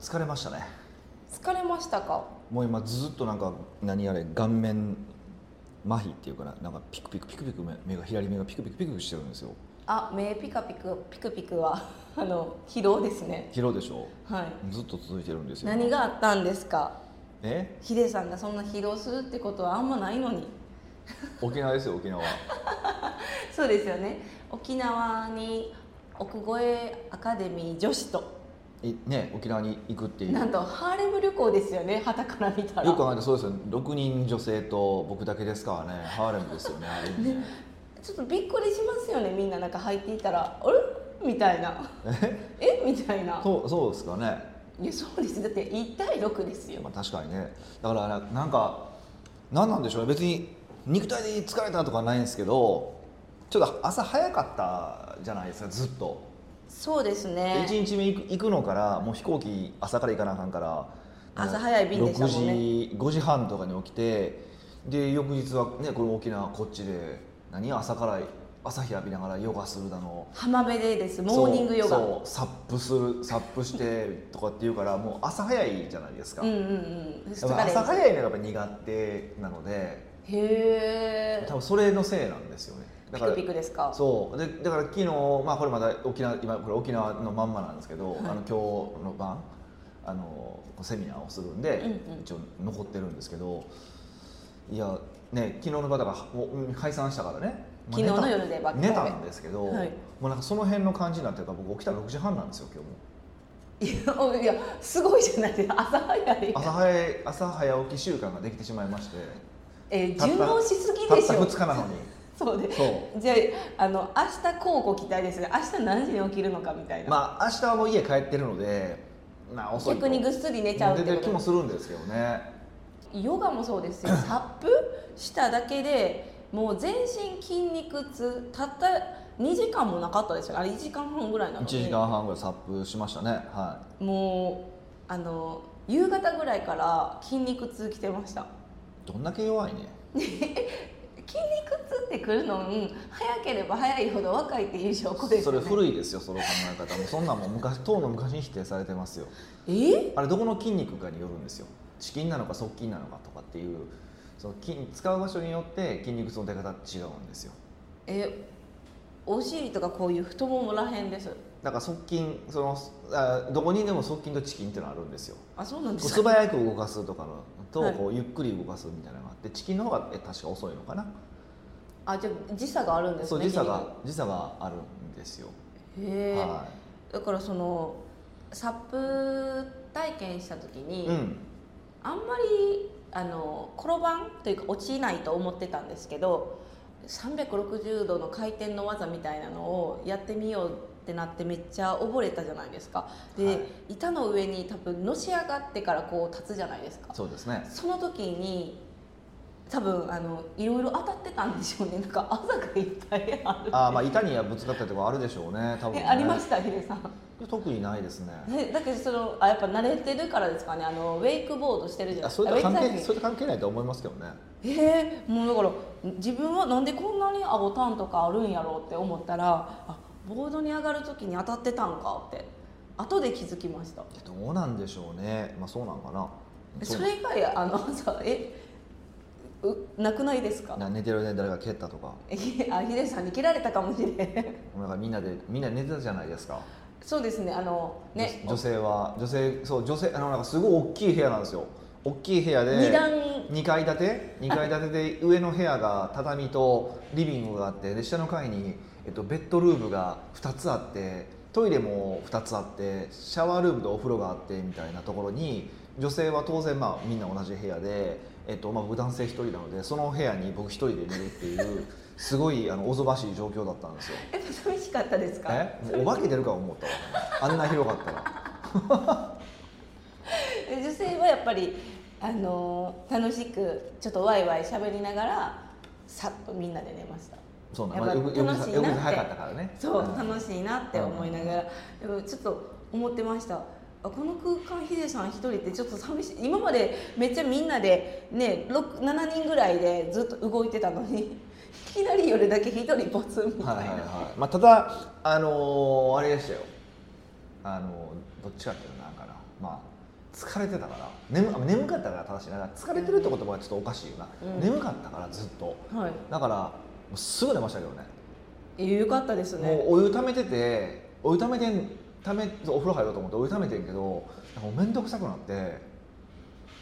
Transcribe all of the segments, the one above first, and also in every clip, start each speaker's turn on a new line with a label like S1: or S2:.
S1: 疲れましたね
S2: 疲れましたか
S1: もう今ずっとなんか何あれ顔面麻痺っていうかななんかピクピクピクピク目目が左目がピクピクピクピクしてるんですよ
S2: あ目ピカピクピクピクは あの疲労ですね
S1: 疲労でしょ
S2: はい
S1: ずっと続いてるんですよ
S2: 何があったんですか
S1: え
S2: ヒデさんがそんな疲労するってことはあんまないのに
S1: 沖縄ですよ沖縄
S2: そうですよね沖縄に奥越えアカデミー女子と
S1: いね沖縄に行くっていう
S2: なんとハーレム旅行ですよね旗から見たら
S1: よく考えたらそうですよ6人女性と僕だけですからねハーレムですよねある意味 ね
S2: ちょっとびっくりしますよねみんななんか入っていたらあれみたいなえみたいな
S1: そうそうですかね
S2: いやそうですだって1対6ですよ
S1: まあ確かにねだからななんか何なんでしょうね別に肉体で疲れたとかないんですけどちょっと朝早かったじゃないですかずっと、
S2: そうです
S1: で
S2: ね
S1: 一1日目行く行くのからもう飛行機朝から行かなあかんから
S2: 朝早い便でしたもんね
S1: 6時5時半とかに起きてで翌日はねこの沖縄こっちで何朝から朝日浴びながらヨガするだの
S2: 浜辺でですモーニングヨガ
S1: そうそうサップするサップしてとかっていうからもう朝早いじゃないですか、
S2: うんうんうん
S1: やっぱ朝早いのがやっぱ苦手なので
S2: へえ
S1: 多分それのせいなんですよねだ
S2: ピ
S1: から
S2: クピクですか
S1: そうでだから昨日、まあ、これまだ沖縄今これ沖縄のまんまなんですけど、
S2: はい
S1: あの今日の晩あのセミナーをするんで、
S2: うんうん
S1: 一応残ってるんですけのいやね昨日の場だからもううん解散したからねもう寝た
S2: 昨日の夜でバックホー
S1: 寝
S2: ム
S1: たんですけど、
S2: はい
S1: もうなんかその辺の感じになってるから僕起きたら6時半なんですよ今日も。
S2: いやいやすごいじゃないですか朝早い
S1: 朝早い朝早起き習慣ができてしまいまして
S2: えー
S1: たった
S2: 順応しすぎ
S1: たっ
S2: で
S1: た
S2: しょ
S1: 2日なのに
S2: そうで
S1: そ
S2: じゃああの明日こうご期待ですね明日何時に起きるのかみたいな、
S1: まあ明日はもう家帰ってるのでまあ遅い
S2: 逆にぐっすり寝ちゃうって
S1: 出てる
S2: こ
S1: 気も
S2: と
S1: するんですけどね
S2: ヨガもそうですよ サップしただけでもう全身筋肉痛たった2時間もなかったですよあれ1時間半ぐらいなの
S1: 1
S2: に
S1: 時間半ぐらいサップしましたねは
S2: もうあの夕方ぐらいから筋肉痛きてました
S1: いどんだけ弱いね
S2: 筋肉痛ってくるの、うん、早ければ早いほど若いっていう証拠です
S1: そ
S2: よね
S1: れ古いですよその考え方もうそんなんもう昔当の昔に否定されてますよ
S2: え
S1: あれどこの筋肉かによるんですよチキンなのか側筋なのかとかっていうその筋使う場所によって筋肉痛の出方って違うんですよ
S2: えお尻とかこういう太ももらへんです
S1: だから側筋そのあどこにでも側筋とチキンっていうのあるんですよ
S2: あそうなん
S1: こ
S2: で
S1: う
S2: す
S1: 素
S2: か
S1: 早く動かすとかのと、
S2: はい
S1: こうゆっくり動かすみたいなのがあってチキンの方がえ確か遅いのかな
S2: あじゃあ時差があるんです
S1: そう
S2: ね
S1: 時差が時差があるんですよ、
S2: 筋肉へえ、
S1: は
S2: だからそのサップ体験した時
S1: い、
S2: に、
S1: うん、
S2: あんまりあの転ばんというか落ちないと思ってたんですけど360度の回転の技みたいなのをやってみようってなってめっちゃ溺れたじゃないですかで、
S1: はい
S2: 板の上に多分のし上がってからこう立つじゃないですか
S1: そうですね
S2: その時に多分あのいろいろ当たってたんでしょうねなんかあざがいっぱいある
S1: あーまあ板にはぶつかったりとかあるでしょうね多分
S2: え
S1: ね
S2: ありましたヒデさん
S1: 特にないですね
S2: ね、だけどそのあやっぱ慣れてるからですかねあのウェイクボードしてるじ
S1: あ
S2: ゃないです
S1: そ
S2: か
S1: れとは関
S2: ウェイク
S1: 係
S2: サーフィン
S1: それと関係ないと思いますけどね
S2: えー、もうだから自分はなんでこんなに顎タンとかあるんやろうって思ったらあボードに上がる時に当たってたんかって後で気づきました
S1: いやどうなんでしょうねまあそうなんかな
S2: そうれ以外あの さえうなくないですか
S1: な寝てる間に誰が蹴ったとか
S2: え あヒデさんに蹴られたかもしれん
S1: なんかみんなでみんな寝てたじゃないですか
S2: そうですねあのね
S1: 女女性は女性そう女性あのなんかすごい大きい部屋なんですよ大きい部屋で
S2: 二段
S1: 二階建て二階建てで上の部屋が畳とリビングがあってで下の階に、えっと、ベッドルームが2つあってトイレも2つあってシャワールームとお風呂があってみたいなところに女性は当然、まあ、みんな同じ部屋で、えっとまあ、僕男性1人なのでその部屋に僕1人で寝るっていうすごいあのおぞましい状況だったんですよ。
S2: え寂しかったですか
S1: えもうお化け出るか思ったわあんな広かったら。
S2: で女性はやっぱり、あのー楽しくちょっとワイワイ喋りながらさっとみんなで寝ました
S1: そうな
S2: や
S1: ん
S2: っ
S1: ま
S2: ぱ
S1: あ、よくよく
S2: 楽しいな
S1: よく
S2: って
S1: 早かったからね
S2: そう、
S1: ん
S2: 楽しいなって思いながら、でもちょっと思ってましたあこの空間ヒデさん一人ってちょっと寂しい今までめっちゃみんなでね6 7人ぐらいでずっと動いてたのにいきなり夜だけ一人ポツンみたいな、
S1: はいはいはい、まあ、ただあのーあれでしたよあのーどっちかっていうとなんかなまあ疲れてたから眠あ眠かったから正しいな疲れてるって言葉はちょっとおかしいよな、
S2: うん
S1: 眠かったからずっと
S2: はい
S1: だからもうすぐ寝ましたけどね
S2: えよかったです
S1: も
S2: ね
S1: うお湯溜めててお湯溜めてん溜めお風呂入ろうと思ってお湯溜めてんけどなんかもう面倒くさくなって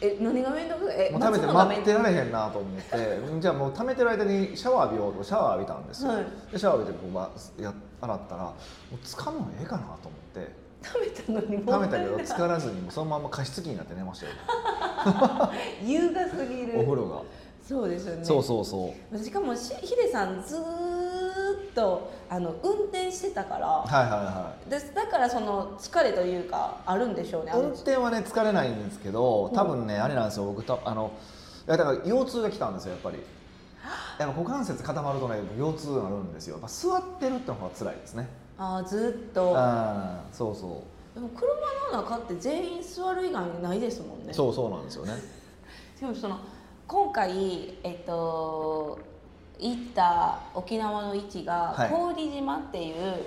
S2: え何が面倒くさいえ
S1: もう溜めて
S2: 夏のがめ
S1: 待ってられへんなと思ってじゃあもう溜めてる間にシャワー浴びようとシャワー浴びたんですよ、
S2: はい
S1: でシャワー浴びてこう、まあ、や洗ったらもう使うのええかなと思って
S2: 食べたのに
S1: 溜めたけど
S2: 問題ない
S1: 使わずにもうそのまま加湿器になって寝ましたよ、
S2: 優雅すぎる
S1: お風呂が、
S2: そうですよね
S1: そうそうそう
S2: しかもしヒデさんずーっとあの運転してたから
S1: はいはいはい
S2: ですだからその疲れというかあるんでしょうねあの
S1: 運転はね疲れないんですけど多分ね、あれなんですよ僕たあのいやだから腰痛が来たんですよやっぱりやっぱ股関節固まるとね腰痛になるんですよやっぱ座ってるってのが辛いですね
S2: あーずっと
S1: あーそうそ
S2: でも車の中って全員座る以外ないですもん
S1: う、
S2: ね
S1: そうそうなんですよね
S2: でもその今回えっと行った沖縄の位置が
S1: はい
S2: 郡島っていう、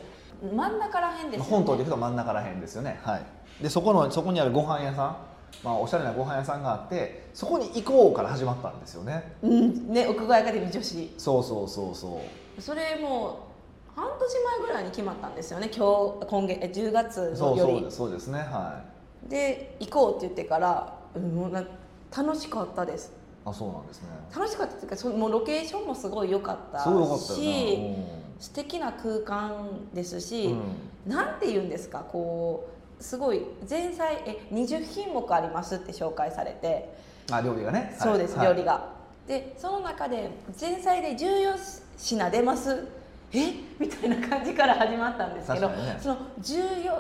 S2: 真ん中ら辺ですよ、ね、
S1: 本島でいうと真ん中らへんですよねはいでそこのそこにあるご飯屋さんまあおしゃれなご飯屋さんがあってそこに行こうから始まったんですよね
S2: うんね屋外アカデミー女子
S1: そうそうそうそ
S2: それもう半年前ぐらいに決まったんですよね今日今月え10月
S1: うそ
S2: の
S1: う
S2: よ
S1: そ
S2: り
S1: うですそうですねはい
S2: で行こうって言ってから、うんもうな楽しかったです
S1: あそうなんですね
S2: 楽しかったっていうかそもうロケーションもすごい良かったし
S1: すごいよかったよね
S2: 素敵な空間ですし、
S1: うん
S2: なんて言うんですかこうすごい前菜え20品目ありますって紹介されて、
S1: あ料理がね
S2: そうです、
S1: はい
S2: 料理がでその中で前菜で14品出ますえみたいな感じから始まったんですけど、
S1: 確かにね
S2: その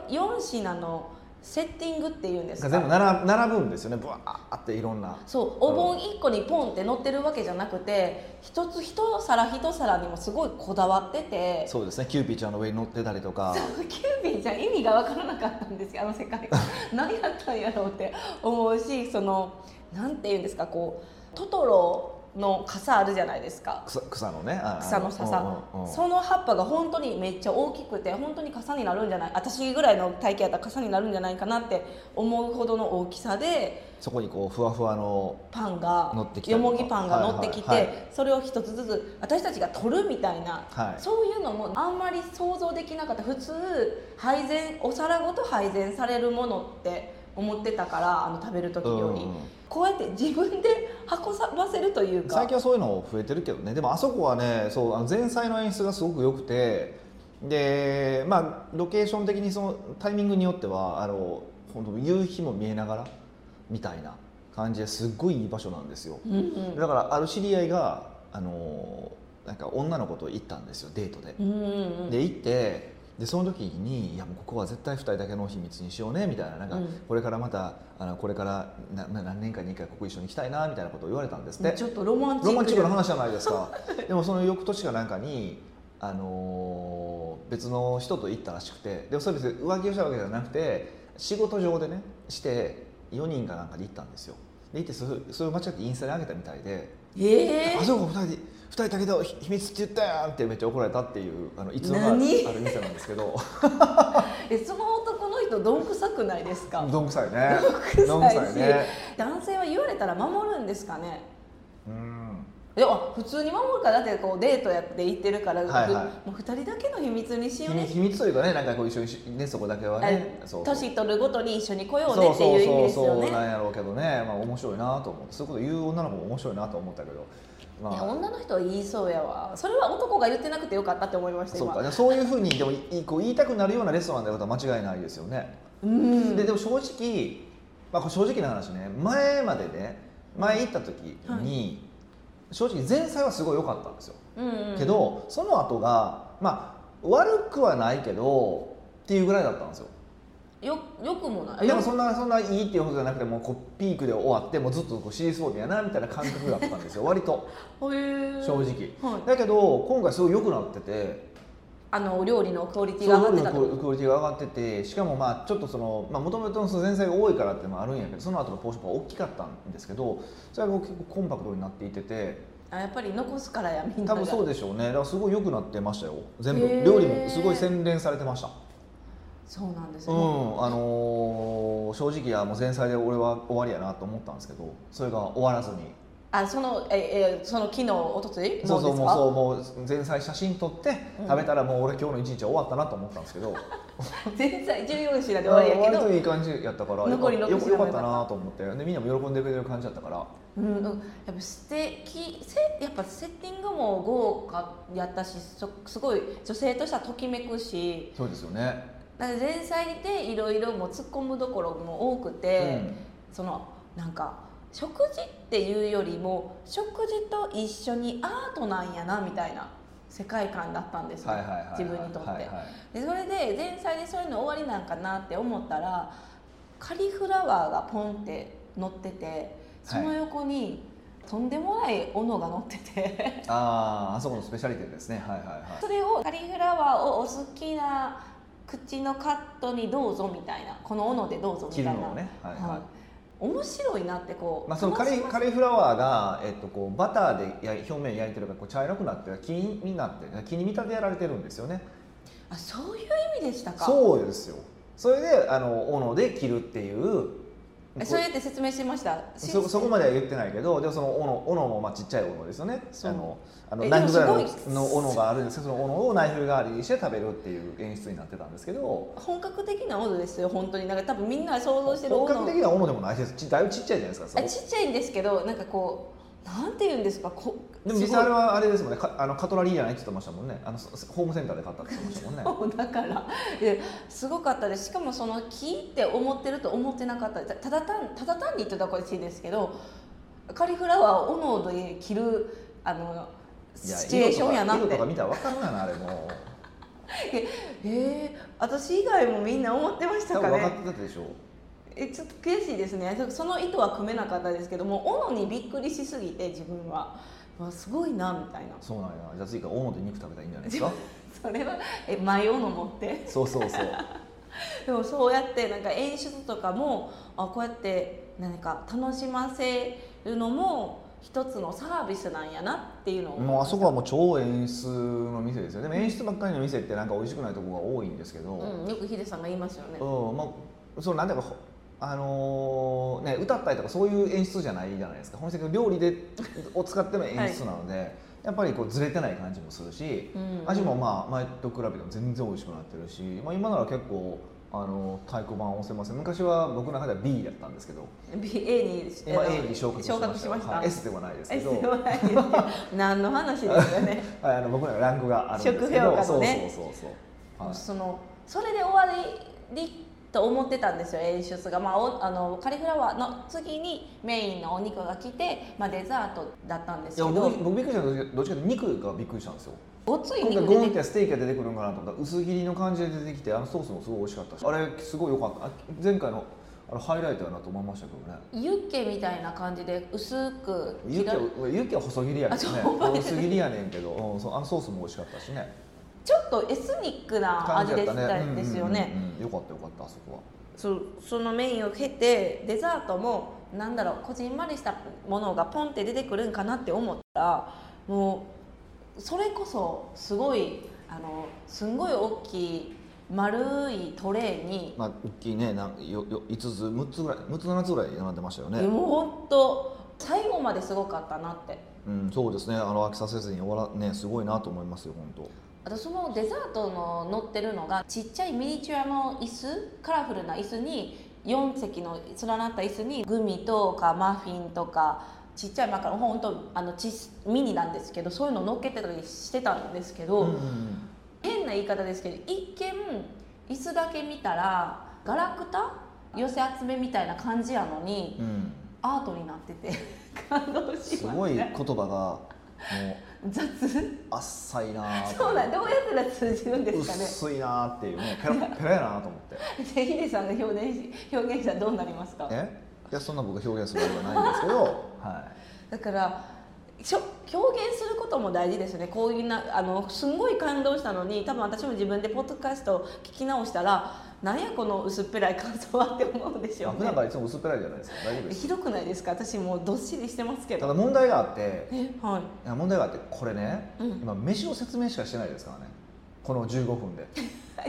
S2: 14品のセッティングっていうんです
S1: が
S2: か
S1: 全部並ぶ並ぶんですよねぶわーっていろんな
S2: そうお盆1個にポンって乗ってるわけじゃなくて一つ一皿一皿にもすごいこだわってて
S1: そうですねキューピーちゃんの上に乗ってたりとか
S2: キューピーじゃ意味が分からなかったんですよあの世界 何やったんやろうって思うしそのなんて言うんですかこうトトロの傘あるじゃないですか
S1: 草草のねあ
S2: 草の笹
S1: うんうんうん
S2: その葉っぱが本当にめっちゃ大きくて本当に傘になるんじゃない私ぐらいの体型やったら傘になるんじゃないかなって思うほどの大きさで
S1: そこにこうふわふわの
S2: パンが
S1: 乗ってきた
S2: よもぎパンが乗ってきて、
S1: はいはいは
S2: それを一つずつ私たちが取るみたいな、
S1: はい
S2: そういうのもあんまり想像できなかった普通配膳お皿ごと配膳されるものって思ってたからあの食べる時より、
S1: うんうん
S2: こうやって自分で運ばせるというか
S1: 最近はそういうの増えてるけどねでもあそこはねそうあの前菜の演出がすごく良くてでまあロケーション的にそのタイミングによってはあの本当夕日も見えながらみたいな感じですっごいいい場所なんですよ
S2: うんうん
S1: だからある知り合いがあのなんか女の子と行ったんですよデートで
S2: う、んうんうん
S1: で行ってでその時に「いやもうここは絶対2人だけの秘密にしようね」みたいななんか、
S2: うん
S1: これからまたあのこれからなな何年かに1回ここ一緒に行きたいなみたいなことを言われたんですって
S2: ちょっとロマンチック
S1: ロマンチックな話じゃないですかでもその翌年かなんかに、あのー別の人と行ったらしくてでもそれ別に浮気をしたわけじゃなくて仕事上でねして4人かなんかで行ったんですよで行ってそれそれを間違ってインスタに上げたみたいで
S2: ええ
S1: あそこ二人で二人だけだ秘密って言ったやんってめっちゃ怒られたっていうあのいつの間に
S2: 何
S1: ある店なんですけ ど
S2: えその男の人どんくさくないですか
S1: どんくさいね
S2: どんく
S1: どん
S2: さ
S1: く
S2: い
S1: さ
S2: し、
S1: いね
S2: 男性は言われたら守るんですかね
S1: うん
S2: いや普通に守るからだってこうデートやって行ってるから、
S1: はいはい
S2: もう2人だけの秘密にしようね
S1: 秘密というかねなんかこう一緒にしねそこだけはね
S2: あ
S1: そうそう
S2: 年取るごとに一緒に来ようねっていう意味ですよ
S1: そうそうそうそうな
S2: ね
S1: んやろうけどね、まあ、面白いなと思ってそういうこと言う女の子も面白いなと思ったけど、ま
S2: いや
S1: あ、
S2: 女の人は言いそうやわそれは男が言ってなくてよかったって思いました
S1: そう
S2: 今
S1: かでそういうふうにでもいこう言いたくなるようなレストランであることは間違いないですよね、
S2: うん
S1: ででも正直、まあ、これ正直な話ね前までね前行った時に、正直前菜はすごい良かったんですよ、
S2: うんうん
S1: けどその後がまあ悪くはないけどっていうぐらいだったんですよ
S2: よよくもない
S1: でも
S2: よ
S1: そんなそんないいっていうほどじゃなくてもうこうピークで終わってもうずっとこうシリーズボードやなみたいな感覚だったんです よ割と
S2: ほえー
S1: 正直、
S2: はい
S1: だけど今回すごい良くなってて
S2: あのお料理のクオリティ
S1: そ
S2: が
S1: う
S2: 上が
S1: 料
S2: っ
S1: 理のク
S2: てたと
S1: オクオリティが上がっててしかもまあちょっとそのもともとの前菜が多いからっていうのもあるんやけどその後のポーションが大きかったんですけどそれが結構コンパクトになっていてて
S2: あやっぱり残すからやみんな
S1: 多
S2: が
S1: 分そうでしょうねだからすごい良くなってましたよ全部
S2: へー
S1: 料理もすごい洗練されてました
S2: そうなんです
S1: う
S2: ね、
S1: んあのー正直はもう前菜で俺は終わりやなと思ったんですけどそれが終わらずに
S2: あそのええその昨日おとつい
S1: そうそう
S2: です
S1: も
S2: か
S1: うそうもう前菜写真撮って
S2: うん
S1: 食べたらもう俺今日の一日終わったなと思ったんです けど、
S2: 前菜14品で終
S1: あの
S2: わりやけ
S1: 割
S2: ど
S1: といい感じやったからよ
S2: 残り
S1: よ
S2: 六品
S1: よかったなと思ってでみんなも喜んでくれる感じだったから
S2: うん、やっぱ素敵せやっぱセッティングも豪華やったしそすごい女性としてはときめくし
S1: そうですよね、
S2: なんか前菜でいろいろもう突っ込むところも多くて、そのなんか食事っていうよりも食事と一緒にアートなんやなみたいな世界観だったんです
S1: うん
S2: よ、
S1: はいはいはいはい
S2: 自分にとって。
S1: はいはい
S2: でそれで前菜でそういうの終わりなんかなって思ったらカリフラワーがポンって乗っててその横にとんでもない斧が乗って て
S1: あああそこのスペシャリティですねはいはいはい
S2: それをカリフラワーをお好きな口のカットにどうぞみたいなこの斧でどうぞみた
S1: 切
S2: い
S1: る
S2: な、
S1: のをねはいはい、
S2: はい面白いなってこう、
S1: まあ、そのカ
S2: 楽
S1: リ
S2: しま
S1: カリフラワーが、えっと、こうバターでや表面焼いてるからこう茶色くなって気になって気に見立てやられてるんですよね
S2: あそういう意味でしたか
S1: そうですよそれであの斧で切るっていう
S2: えそうやって説明してました
S1: そそこまでは言ってないけどでもその斧斧もまあちっちゃい斧ですよね
S2: そ
S1: あ
S2: う
S1: のあの
S2: え
S1: ナイフぐらい
S2: でもすご
S1: のの
S2: い
S1: 斧があるんですけどその斧をナイフ代わりにして食べるっていう演出になってたんですけど
S2: 本格的な斧ですよ本当になんか多分みんなが想像してる
S1: 本
S2: 斧
S1: 格的な斧でもないですちだいぶちっちゃいじゃないですかそ
S2: あ
S1: こ
S2: ちっちゃいんですけどなんかこうなんて言うんですかこ
S1: でも
S2: す
S1: 実際
S2: ごい
S1: あれはあれですもんねかあのカトラリーじゃないって言ってましたもんねあのそホームセンターで買ったって言ってまし たもんね
S2: そうだからですごかったですしかもその木って思ってると思ってなかったたただ単ただ単に言ってたらおかしいですけどカリフラワーを斧で着るあの
S1: いや
S2: シチュエーションやなっ
S1: 色と
S2: て
S1: か色とか見たら分かるやなあれ も
S2: えー、私以外もみんな思ってまし
S1: 多
S2: た
S1: 分
S2: か
S1: 分かって
S2: ね
S1: たでしょう
S2: えちょっと悔しいですねその意図は組めなかったですけども斧にびっくりしすぎて自分はうわすごいなみたいな
S1: そうなんやじゃあ次から斧で肉食べたらいいんじゃないです か
S2: それはえ前斧持って
S1: そうそうそう
S2: でもそうやってなんか演出とかもあこうやって何か楽しませるのも一つのサービスなんやなっていうのを
S1: もうあそこはもう超演出の店ですよでも演出ばっかりの店ってなんか美味しくないとこが多いんですけど、
S2: うん、よくヒデさんが言いますよね、
S1: うんまあ、そのなんていうかほあのーね、歌ったりとかそういう演出じゃないじゃないですか本質的に料理でを使っての演出なので、やっぱりこうずれてない感じもするし、
S2: うん
S1: 味もまあ前と比べても全然美味しくなってるし、まあ、今なら結構あの太鼓判を押せます昔は僕の中では B だったんですけど
S2: B A に
S1: 今
S2: あの
S1: A に昇格しました
S2: しました、
S1: はい S ではないですけ
S2: S
S1: ど、
S2: ではないですけど 何の話ですかね
S1: はい、あの僕らのランクがあるんですけ
S2: 食評
S1: ど
S2: 価のね
S1: そうそうそうそう、はい
S2: そのそれで終わりと思ってたんですよ演出が、まあ、おあのカリフラワーの次にメインのお肉が来て、まあ、デザートだったんです
S1: い
S2: け
S1: や
S2: ど
S1: 僕僕びっくりしたのはどっちかというと肉がびっくりしたんですよ
S2: ごつい
S1: 今
S2: 肉
S1: 回
S2: 出
S1: ゴーンっ
S2: てきて
S1: てステーキが出てくるのかなと思ったら薄切りの感じで出てきてあのソースもすごい美味しかったしあれすごい良かったあ前回のあのハイライトやなと思いましたけどね
S2: ユッケみたいな感じで薄く
S1: ユッ
S2: 切ら
S1: ケはユッケは細切りやけど
S2: あそう覚え
S1: ね
S2: てる
S1: 薄切りやねんけど、うん、そうあのソースも美味しかったしね
S2: ちょっとエスニックな
S1: 感
S2: 味
S1: じや
S2: で
S1: った
S2: し
S1: ね
S2: たんですよね
S1: うんうんうんうんよかったよかったあそこは
S2: そそのメインを経てデザートもなんだろうこじんまりしたものがポンって出てくるんかなって思ったらもうそれこそすごいあのすんごい大きい丸いトレーに、
S1: まあ大きいねなんよよ5つ6つぐらい6つ7つぐらい並んでましたよね
S2: もうほんと最後まですごかったなって
S1: うんそうですねあの飽きさせずに終わらねすごいなと思いますよ本当
S2: あとそのデザートの乗ってるのがちっちゃいミニチュアの椅子カラフルな椅子に4席の連なった椅子にグミとかマフィンとかちっちゃいマカロンほんとあのちっミニなんですけどそういうの乗っけてたりしてたんですけど、
S1: うんうんうん
S2: 変な言い方ですけど一見椅子だけ見たらガラクタ寄せ集めみたいな感じやのに
S1: うん
S2: アートになって て感動しました
S1: すごい言葉がもう
S2: 雑
S1: あっさいなーと
S2: そうなんどうやったら通じるんですかね
S1: 薄いなーっていうねペラペラやなーと思って
S2: でヒデさんが表現し表現したらどうなりますか
S1: えいやそんな僕表現することはないんですけ ど、は
S2: だからしょ表現することも大事ですよねこういうなあのすんごい感動したのに多分私も自分でポッドキャストを聞き直したらなんやこの薄っぺらい感想はって思うんでし
S1: い、
S2: ょ
S1: まあ普
S2: うね
S1: 段からいつも薄っぺらいじゃないですか大丈夫です
S2: ひどくないですか私もうどっしりしてますけ
S1: た
S2: ど
S1: だ問題があって
S2: えはい
S1: いや問題があってこれね、
S2: うん
S1: 今飯の説明しかしてないですからねこの15分で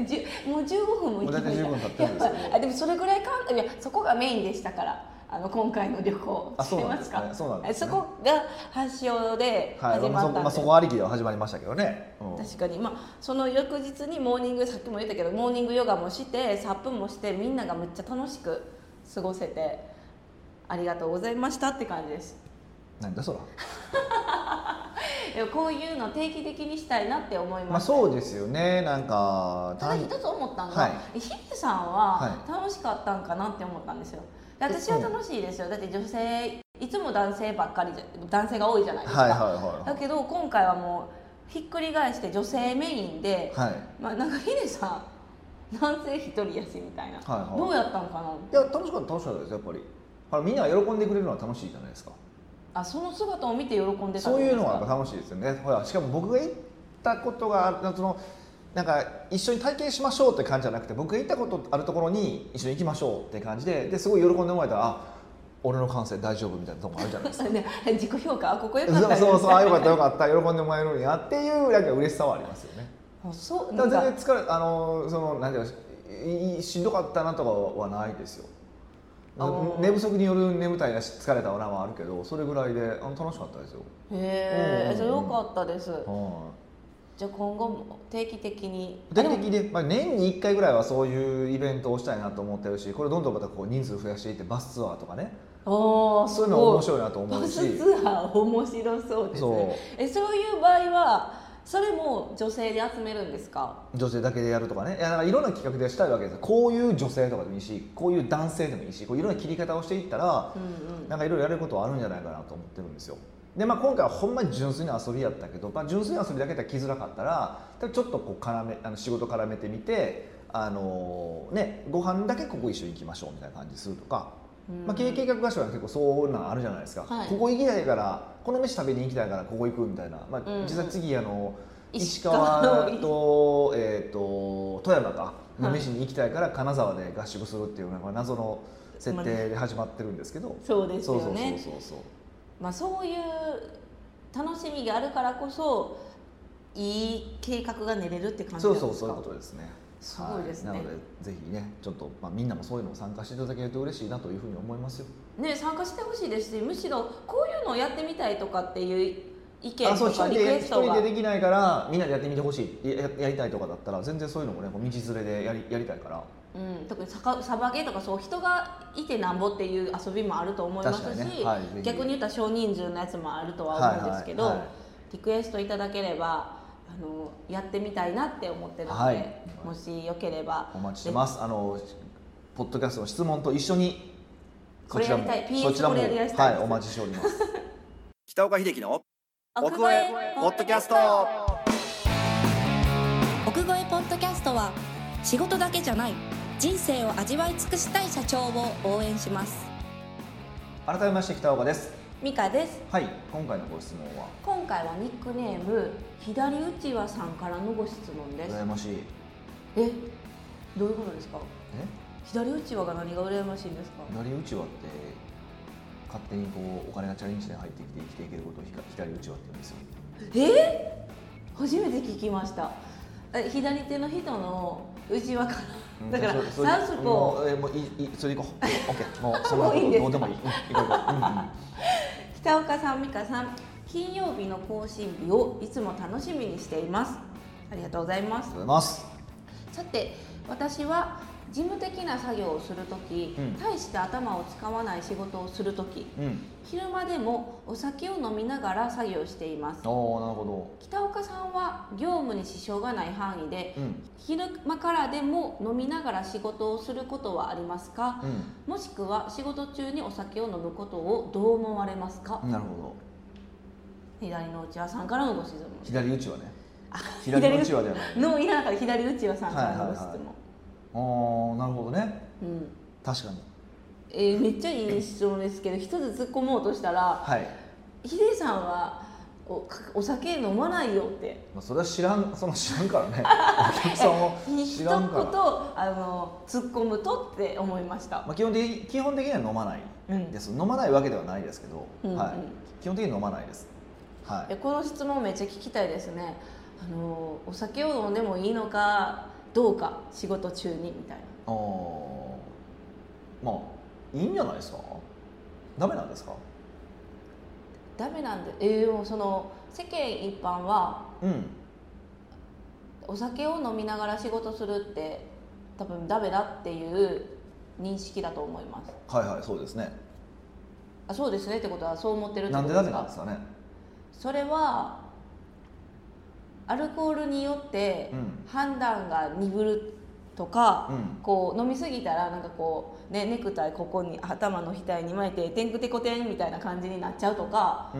S2: じゅもう15分も行き
S1: も
S2: ました
S1: う大体15分経ってるんですけど
S2: いや あでもそれぐらいかんいやそこがメインでしたからあの今回の旅行
S1: あ
S2: 知
S1: そ
S2: っ
S1: う
S2: て
S1: なん
S2: ま
S1: ですすね
S2: か
S1: そうなんですね
S2: そこが発祥で
S1: はい、
S2: 始
S1: まあ
S2: ま
S1: そ
S2: ったん
S1: こ
S2: で
S1: ますあそこありきでは始まりましたけどね、うん
S2: 確かにまあその翌日にモーニングさっきも言ったけどモーニングヨガもしてサップもしてみんながめっちゃ楽しく過ごせてありがとうございましたって感じです
S1: なんだそら
S2: でもこういうの定期的にしたいなって思い
S1: ま
S2: ま
S1: あ
S2: す、
S1: そうですよねなんか
S2: ただ
S1: 単
S2: 一つ思ったの
S1: は
S2: が、
S1: い
S2: ヒデさんは楽しかったんかなって思ったんですよで私は楽しいですよだって女性いつも男性ばっかりじゃ男性が多いじゃないですか、
S1: はいはいはい
S2: だけど今回はもうひっくり返して女性メインで、
S1: はい、
S2: まあ、なんかヒデさん男性一人やしみたいな、
S1: はいはい
S2: どうやったんかない
S1: や楽しかった楽しかったですやっぱりあのみんなが喜んでくれるのは楽しいじゃないですか
S2: あその姿を見て喜んでたんですか
S1: そういうのはやっぱ楽しいですよねほらしかも僕が行ったことがあるそのなんか一緒に体験しましょうって感じじゃなくて僕が行ったことあるところに一緒に行きましょうって感じでですごい喜んでもらえたらあ俺の感性大丈夫みたいなとこあるじゃないですか
S2: ね 自己評価あここよ
S1: そ
S2: かった
S1: う
S2: ね
S1: そうそうあよかったよかった喜んでもらえるんやっていうなんか嬉しさはありますよね
S2: あそう
S1: だ
S2: なん
S1: から
S2: か
S1: 全然疲れあのそのなんていうのしいしんどかったなとかはないですよ
S2: あー
S1: 寝不足による眠たいなし疲れたなはあるけどそれぐらいであの楽しかったですよ、
S2: へえ
S1: うん
S2: じゃあよかったです
S1: はい
S2: じゃあ今後も定期的に
S1: 定期的にね、まあ、年に1回ぐらいはそういうイベントをしたいなと思ってるしこれどんどんまたこう人数増やしていってバスツアーとかね
S2: お
S1: そういうの面白いなと思
S2: バ
S1: う
S2: ス
S1: し
S2: ツアー面白そうです
S1: そ
S2: ねえそういう場合はそれも女性で集めるんですか
S1: 女性だけでやるとかねいやなんかいろんな企画でしたいわけですよこういう女性とかでもいいしこういう男性でもいいしこういろんな切り方をしていったら
S2: うんうん
S1: なんかいろいろやることはあるんじゃないかなと思ってるんですよで、まあ、今回はほんまに純粋な遊びやったけど、まあ、純粋な遊びだけでは来づらかったら多分ちょっとこう絡めあの仕事絡めてみてあのーねご飯だけここ一緒に行きましょうみたいな感じするとか、
S2: うん
S1: まあ、経営計画合宿は結構そうなんあるじゃないですか、
S2: はい
S1: ここ行きたいからこの飯食べに行きたいからここ行くみたいな、まあ
S2: うんうん
S1: 実際次あの
S2: 石
S1: 石
S2: 川
S1: 川と,、えー、と富山かの
S2: はい
S1: 飯に行きたいから金沢で合宿するっていうなんか謎の設定で始まってるんですけど、
S2: そうですよね
S1: そうそうそうそう
S2: まあ、そういう楽しみがあるからこそいい計画が練れるって感じ
S1: そ
S2: なん
S1: う
S2: です
S1: そうそ
S2: か
S1: ういうことですね
S2: すごいですね
S1: はなのでぜひねちょっと、まあ、みんなもそういうのを参加していただけると嬉しいなというふうに思いますよ
S2: ね参加してほしいですしむしろこういうのをやってみたいとかっていう意見
S1: あそう
S2: と
S1: 一
S2: か
S1: 人
S2: リク
S1: で
S2: エ
S1: 一
S2: スト
S1: 人
S2: が
S1: でできないからみんなでやってみてほしいややりたいとかだったら全然そういうのもねこう道連れでやりやりたいから
S2: うん、特にさかサバゲーとかそう人がいてなんぼっていう遊びもあると思います
S1: 確かに
S2: し、
S1: ねはいぜひ
S2: 逆に言ったら少人数のやつもあるとは思うんですけど、
S1: はいはいはい
S2: リクエストいただければあのやってみたいなって思ってるので、
S1: はい
S2: もしよければ
S1: お待ちしてますあのポッドキャストの質問と一緒に
S2: これやりたい
S1: そちらもそちらも
S2: PS これやりたいです
S1: はいお待ちしております北岡秀樹の
S2: 奥越
S1: ポッドキャスト
S3: 奥越えポッドキャストは仕事だけじゃない人生を味わい尽くしたい社長を応援します
S1: 改めまして北岡です
S2: 美香です
S1: はい今回のご質問は
S2: 今回はニックネーム左うちわさんからのご質問です
S1: 羨ましい
S2: えどういうことですか
S1: え
S2: 左うちわが何が羨ましいんですか
S1: 左うちわって勝手にこうお金がチャレンジで入ってきて生きていけることをひか左うちわって言うんですよ
S2: えー、初めて聞きましたえ左手の人の内輪から
S1: うん
S2: だから
S1: それそれ
S2: サウスポ
S1: もうえもういいいいそれでいこうオッケーもうそ
S2: もういいんですか
S1: どうでもいいうん行こう行こううんうん
S2: ー北岡さん美香さん金曜日の更新日をいつも楽しみにしていますありがとうござい
S1: あり
S2: ま
S1: がとう
S2: す
S1: ございます
S2: さて私は事務的な作業をするとき、
S1: うん
S2: 大して頭を使わない仕事をするとき
S1: うん
S2: 昼間でもお酒を飲みながら作業しています
S1: おおなるほ
S2: 北岡さんは業務に支障がない範囲で
S1: どうん
S2: 昼間からでも飲みながら仕事をすることはありますか
S1: う
S2: もしくは仕事中にお酒を飲むことをどう思われますか、
S1: んなるほど
S2: 左の内輪さんからのご質問
S1: 左打ちはね
S2: あ
S1: 左のうちわではない
S2: 左ののいらなかった左内輪さんからのご質問、
S1: はいはいはおーなるほどね
S2: うん
S1: 確かに
S2: えーめっちゃいい質問ですけど一つ突っ込もうとしたら
S1: はい、
S2: ヒデさんはおかお酒飲まないよって
S1: まあ、それは知らんその知らんからねお客さんも
S2: 一
S1: 知
S2: 言
S1: ら
S2: あ
S1: んから、
S2: の突っ込むとって思いました
S1: まあ、基本的に基本的には飲まない
S2: うん
S1: です、飲まないわけではないですけど、
S2: うんうん
S1: はい、基本的に飲まないですはい
S2: えこの質問めっちゃ聞きたいですねあのお酒を飲んでもいいのかどうか仕事中にみたいな
S1: あーまあいいんじゃないですかダメなんですか
S2: ダメなんでえー、でもその世間一般は
S1: うん
S2: お酒を飲みながら仕事するって多分ダメだっていう認識だと思います
S1: はいはいそうですね
S2: あそうですねってことはそう思ってるって
S1: な
S2: こ
S1: ん
S2: と
S1: でダメ
S2: です
S1: なん
S2: か
S1: ですかね
S2: それはアルコールによって
S1: うん
S2: 判断が鈍るとか、
S1: うん
S2: こう飲みすぎたらなんかこう、ね、ネクタイここに頭の額に巻いててんくてこてんみたいな感じになっちゃうとか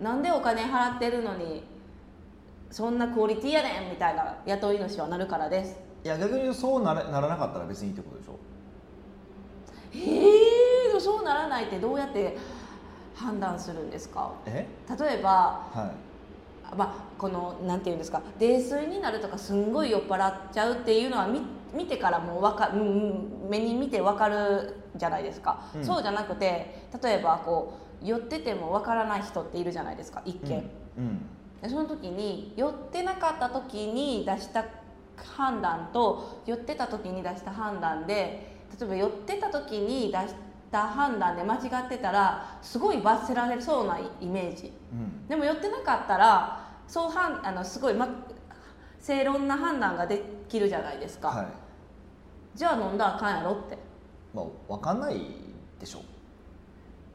S1: うん
S2: なんでお金払ってるのにそんなクオリティやねんみたいな雇い主はなるからです。
S1: いや逆にそうなれならなかったら別にいいってことでしょ
S2: へえでもそうならないってどうやって判断するんですか
S1: え
S2: 例えば
S1: はい
S2: まあ、このなんていうんですか泥酔になるとかすんごい酔っ払っちゃうっていうのは見見てからもうわか、うんうん目に見てわかるじゃないですか、
S1: うん
S2: そうじゃなくて例えばこう酔っててもわからない人っているじゃないですか一見、
S1: うん
S2: でその時に寄ってなかった時に出した判断と寄ってた時に出した判断で例えば寄ってた時に出した判断で間違ってたらすごい罰せられそうなイメージ
S1: うん
S2: でも寄ってなかったらそうはんあのすごい、ま、正論な判断ができるじゃないですか、
S1: はい
S2: じゃあ飲んだらあかんやろって
S1: まあ分かんないでしょ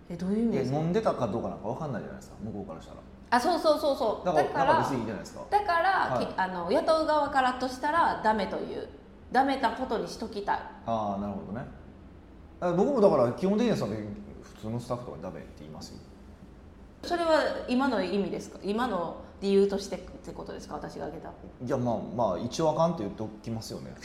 S2: えどういう意味
S1: いや
S2: ですか
S1: 飲んでたかどうかなんか分かんないじゃないですか向こうからしたら
S2: あそうそうそうそう
S1: だ
S2: だ
S1: か
S2: かららだ
S1: だから
S2: から
S1: 別にいいじゃないですかはい
S2: きあの雇う側からとしたらダメというダメたことにしときたい
S1: ああなるほどねあ僕もだから基本的にはその普通のスタッフとかにダメって言いますよ
S2: それは今の意味ですか今の理由としてってことですか私が挙げた
S1: いやまあまあ一応あかんって言っておきますよね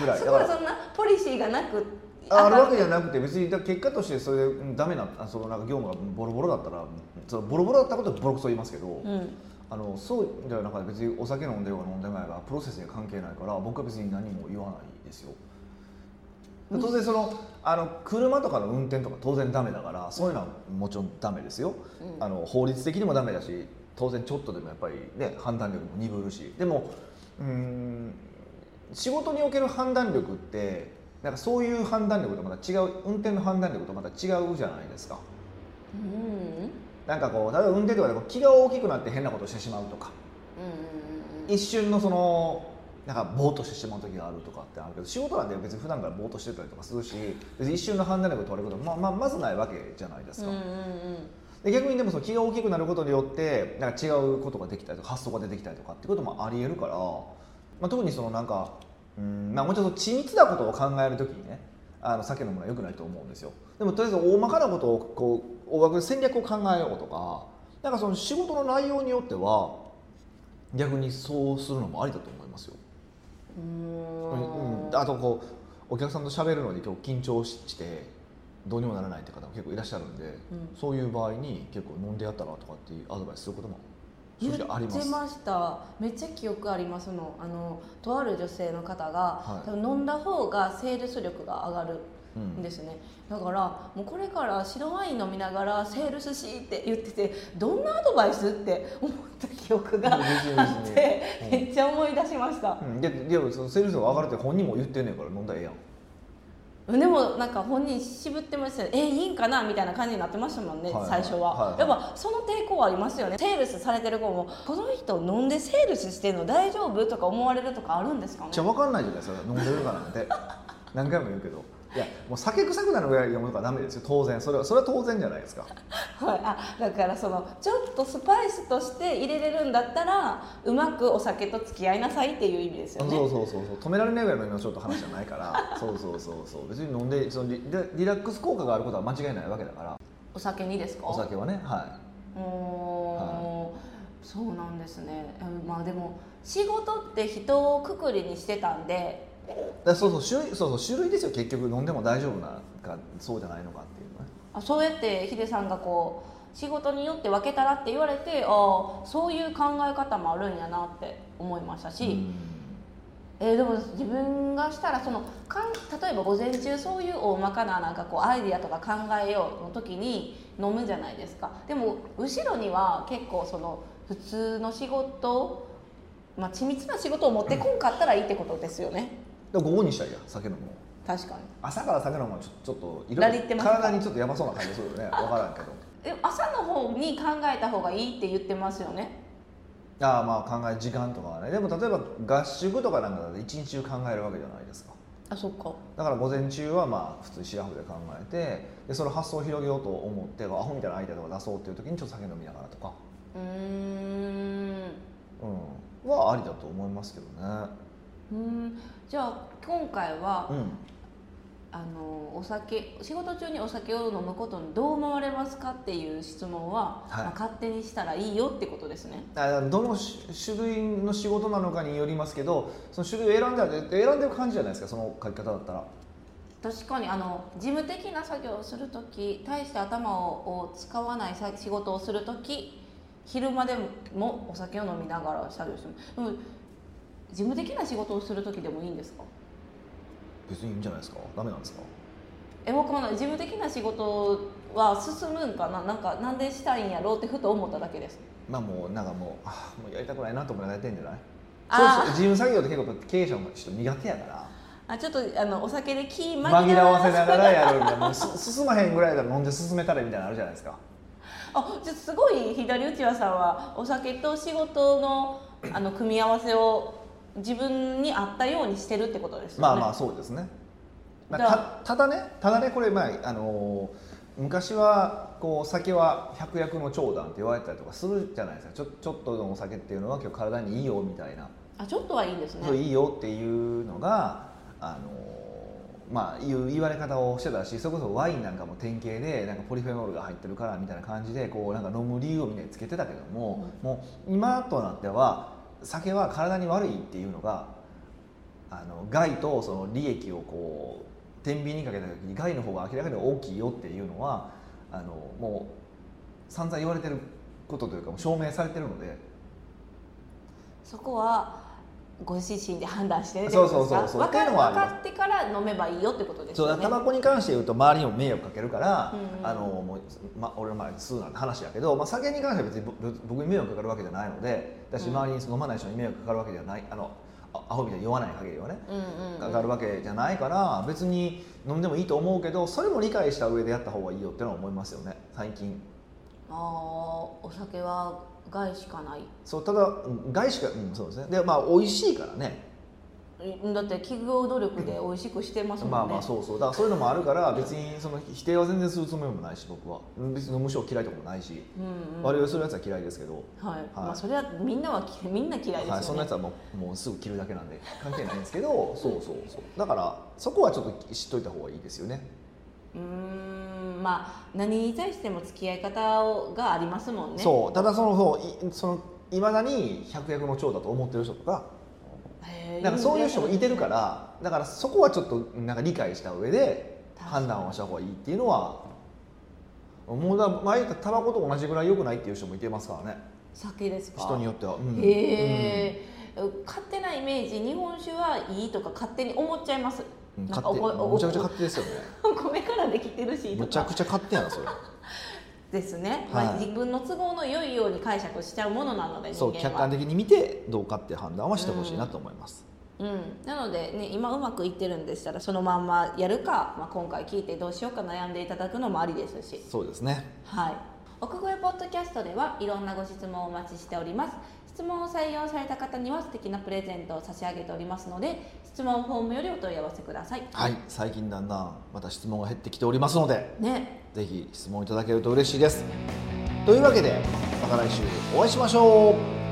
S1: ぐらい
S2: そ
S1: だ
S2: こ
S1: か
S2: は
S1: ら
S2: そんなポリシーがなく
S1: ああるわ
S2: か
S1: けじゃなくて別にだから結果としてそれでうんダメなあそのなんか業務がボロボロだったらそのボロボロだったことはボロクソ言いますけど、
S2: うん
S1: あのそうじゃなくて別にお酒飲んでようが飲んでないがプロセスには関係ないから僕は別に何も言わないですよ当然そのあの車とかの運転とか当然ダメだからそういうのはもちろんダメですよ、
S2: うん
S1: あの法律的にもダメだし当然ちょっとでもやっぱりね判断力も鈍るしでもうーん仕事における判断力ってなんかそういう判断力とまた違う運転の判断力とまた違うじゃないですか
S2: うんうんうん
S1: なんかこう例えば運転とかでこう気が大きくなって変なことをしてしまうとか
S2: うんうん
S1: 一瞬のそのなんかぼーっとしてしまう時があるとかってあるけど仕事なんで別に普段からぼーっとしてたりとかするし別に一瞬の判断力を問われることはまあまあまずないわけじゃないです
S2: うん
S1: か、
S2: うんうん
S1: で逆にでもその気が大きくなることによってなんか違うことができたりとか発想が出てきたりとかってこともありえるから、まあ、特にそのなんかうん、まあ、もうちょっと緻密なことを考えるときにねあの酒飲むのは良くないと思うんですよでもとりあえず大まかなことをこう大枠で戦略を考えようとかなんかその仕事の内容によっては逆にそうするのもありだと思いますよ。
S2: う
S1: うん
S2: ん
S1: あとこうお客さんと喋るのに今日緊張ししてどうにもならないって方も結構いらっしゃるんで、
S2: ん
S1: そういう場合に結構飲んでやったらとかっていうアドバイスすることも正
S2: 言
S1: 直ありま
S2: って
S1: す。
S2: ましためっちゃ記憶ありますのあのとある女性の方が
S1: は、い
S2: 多分飲んだ方がセールス力が上が
S1: う
S2: るん
S1: ん
S2: ですね、だからもうこれから白ワイン飲みながらセールスしって言っててどんなアドバイスって思った記憶があ
S1: 別に
S2: っ
S1: 別
S2: て
S1: にうん
S2: めっちゃ思い出しました、
S1: うん、ででもそのセールスが上がるって本人も言ってんねんから飲んだらええやん
S2: でもなんか本人渋ってましたよねえいいんかなみたいな感じになってましたもんね、
S1: はい
S2: 最初は、
S1: はいはい
S2: やっぱその抵抗はありますよねセールスされてる子もこの人飲んでセールスしてんの大丈夫とか思われるとかあるんですかね
S1: じゃあ分かんないじゃないですか飲んでるかなんて何回も言うけどいやもう酒臭くなるぐらいのものからダメですよ当然それはそれは当然じゃないですか
S2: はい、あだからそのちょっとスパイスとして入れれるんだったらうまくお酒と付き合いなさいっていう意味ですよ
S1: そ
S2: ね
S1: うそうそうそう止められないぐらいの今ちょっと話じゃないからそうそうそうそう別に飲んでそのリリリラックス効果があることは間違いないわけだから
S2: お酒にですか
S1: お酒はねは
S2: うーんそうなんですねうんまあでも仕事って人をくくりにしてたんで
S1: いだそうそう種類そうそう種類ですよ結局飲んでも大丈夫なかそうじゃないのかっていうね
S2: あそうやってヒデさんがこう仕事によって分けたらって言われてああそういう考え方もあるんやなって思いましたし、えーでも自分がしたらそのかん例えば午前中そういう大まかななんかこうアイディアとか考えようの時に飲むじゃないですかでも後ろには結構その普通の仕事まあ、緻密な仕事を持ってこんかったらいいってことですよね
S1: ら午後にしたらいいや酒飲むの
S2: 確かに
S1: 朝から酒飲むのはちょちょっとい
S2: ラリってますか
S1: 体にちょっとやばそうな感じするよ ね分からんけど
S2: え朝の方に考えた方がいいって言ってますよね
S1: ああまあ考え時間とかはねでも例えば合宿とかなんかだと一日中考えるわけじゃないですか
S2: あそっか
S1: だから午前中はまあ普通にシラフで考えてでその発想を広げようと思ってアホみたいなアイデアとか出そうっていう時にちょっと酒飲みながらとか、
S2: うーん
S1: うん、はありだと思いますけどね、
S2: うーんじゃあ今回は、
S1: うん、
S2: あのお酒仕事中にお酒を飲むことにどう思われますかっていう質問は、
S1: はい
S2: まあ勝手にしたらいいよってことですね
S1: あどの種類の仕事なのかによりますけどその種類を選んだら選んでる感じじゃないですかその書き方だったら
S2: 確かにあの事務的な作業をする時大して頭をを使わないさ仕事をする時昼間でもお酒を飲みながら作業してもでも事務的な仕事をする時でもいいんですか
S1: 別にいいんじゃないですかダメなんですか
S2: え僕も事務的な仕事は進むんかななんかなんでしたいんやろうってふと思っただけです
S1: まあもうなんかもうあーもうやりたくないなと思いながらやってんじゃない
S2: あ
S1: そう
S2: ー
S1: そう事務作業って結構経営者もちょっと苦手やから
S2: あちょっとあのお酒で気紛
S1: 紛らわせながら
S2: る
S1: やるみたいなもうす 進まへんぐらいだら飲んで進めたらみたいなのあるじゃないですか
S2: あじゃあすごい左内輪さんはお酒と仕事のあの組み合わせを自分に合ったようにしてるってことですよね
S1: まあまあそうですね、ま
S2: だ
S1: あ、たただねただねこれ前あのー昔はこう酒は百薬の長檀って言われたりとかするじゃないですかちょちょっとのお酒っていうのは今日体にいいよみたいな、
S2: あちょっとはいいんですね
S1: そういいよっていうのがあのーまあいう言われ方をしてたしそれこそワインなんかも典型でなんかポリフェノールが入ってるからみたいな感じでこうなんか飲む理由をみんなにつけてたけども、もう今となっては酒は体に悪いっていうのがあの害とその利益をこう天秤にかけた時に害の方が明らかに大きいよっていうのはあのもう散々言われてることというかもう証明されてるので
S2: そこはご自身で判断してね
S1: そうそうそうそう
S2: 分か
S1: ってい
S2: る
S1: うのはあ
S2: 分
S1: ります
S2: かってから飲めばいいよってことです
S1: そう
S2: よ
S1: だ
S2: ね
S1: タバコに関して言うと周りにも迷惑かけるから、
S2: うん
S1: あのもう、ま、俺の前に吸うなんて話やけど、まあ、酒に関しては別にぼぼ僕に迷惑かかるわけじゃないのでだし
S2: うん
S1: 周りに飲まない人に迷惑かかるわけじゃないあのあアホみたいに酔わない限りはね
S2: うんうんうん
S1: かかるわけじゃないから別に飲んでもいいと思うけどそれも理解した上でやった方がいいよってのは思いますよね最近
S2: あーお酒は害しかない
S1: そうただうん外資が、うん、そうですねでまあ美味しいからね
S2: えだって企業努力で美味しくしてますもんね、
S1: まあまあそうそうだからそういうのもあるから別にその否定は全然するつもりもないし僕は別に飲む人を嫌いとかもないし、
S2: うんうん
S1: 我々するやつは嫌いですけど、
S2: はい、まあそれはみんなはきみんな嫌いですよね、
S1: はい、そんなやつはもうもうすぐ切るだけなんで関係ないんですけどそうそうそうだからそこはちょっと知っといた方がいいですよね
S2: うーんまあ何に対しても付き合い方をがありますもんね
S1: そうただそのそういそのいまだに百薬の長だと思ってる人とか
S2: へー
S1: なんかそういう人もいてるからだからそこはちょっとなんか理解した上で判断をした方がいいっていうのはもうだ前言ったタバコと同じぐらい良くないっていう人もいてますからね
S2: 酒ですか
S1: 人によっては、うん
S2: へえ、勝手なイメージ日本酒はいいとか勝手に思っちゃいます、
S1: うんうん
S2: なん
S1: 勝
S2: かお
S1: 手
S2: お
S1: むちゃくちゃ勝手ですよね
S2: お米からできてるしと
S1: むちゃ
S2: か
S1: くちゃ勝手やなそれ
S2: ですね、
S1: はい
S2: まあ、自分の都合の良いように解釈しちゃうものなので人
S1: そう
S2: 間
S1: 客
S2: は
S1: 観的に見てどうかっていう判断はしてほしいなと思います、
S2: うん、なので、ね、今うまくいってるんでしたらそのまんまやるか、まあ、今回聞いてどうしようか悩んでいただくのもありですし
S1: そうですね
S2: はい。奥越ポッドキャストではいろんなご質問をお待ちしております。質問を採用された方には素敵なプレゼントを差し上げておりますので、質問フォームよりお問い合わせください。
S1: はい最近だんだんまた質問が減ってきておりますので
S2: ね、
S1: ぜひ質問いただけると嬉しいですというわけでまた来週お会いしましょう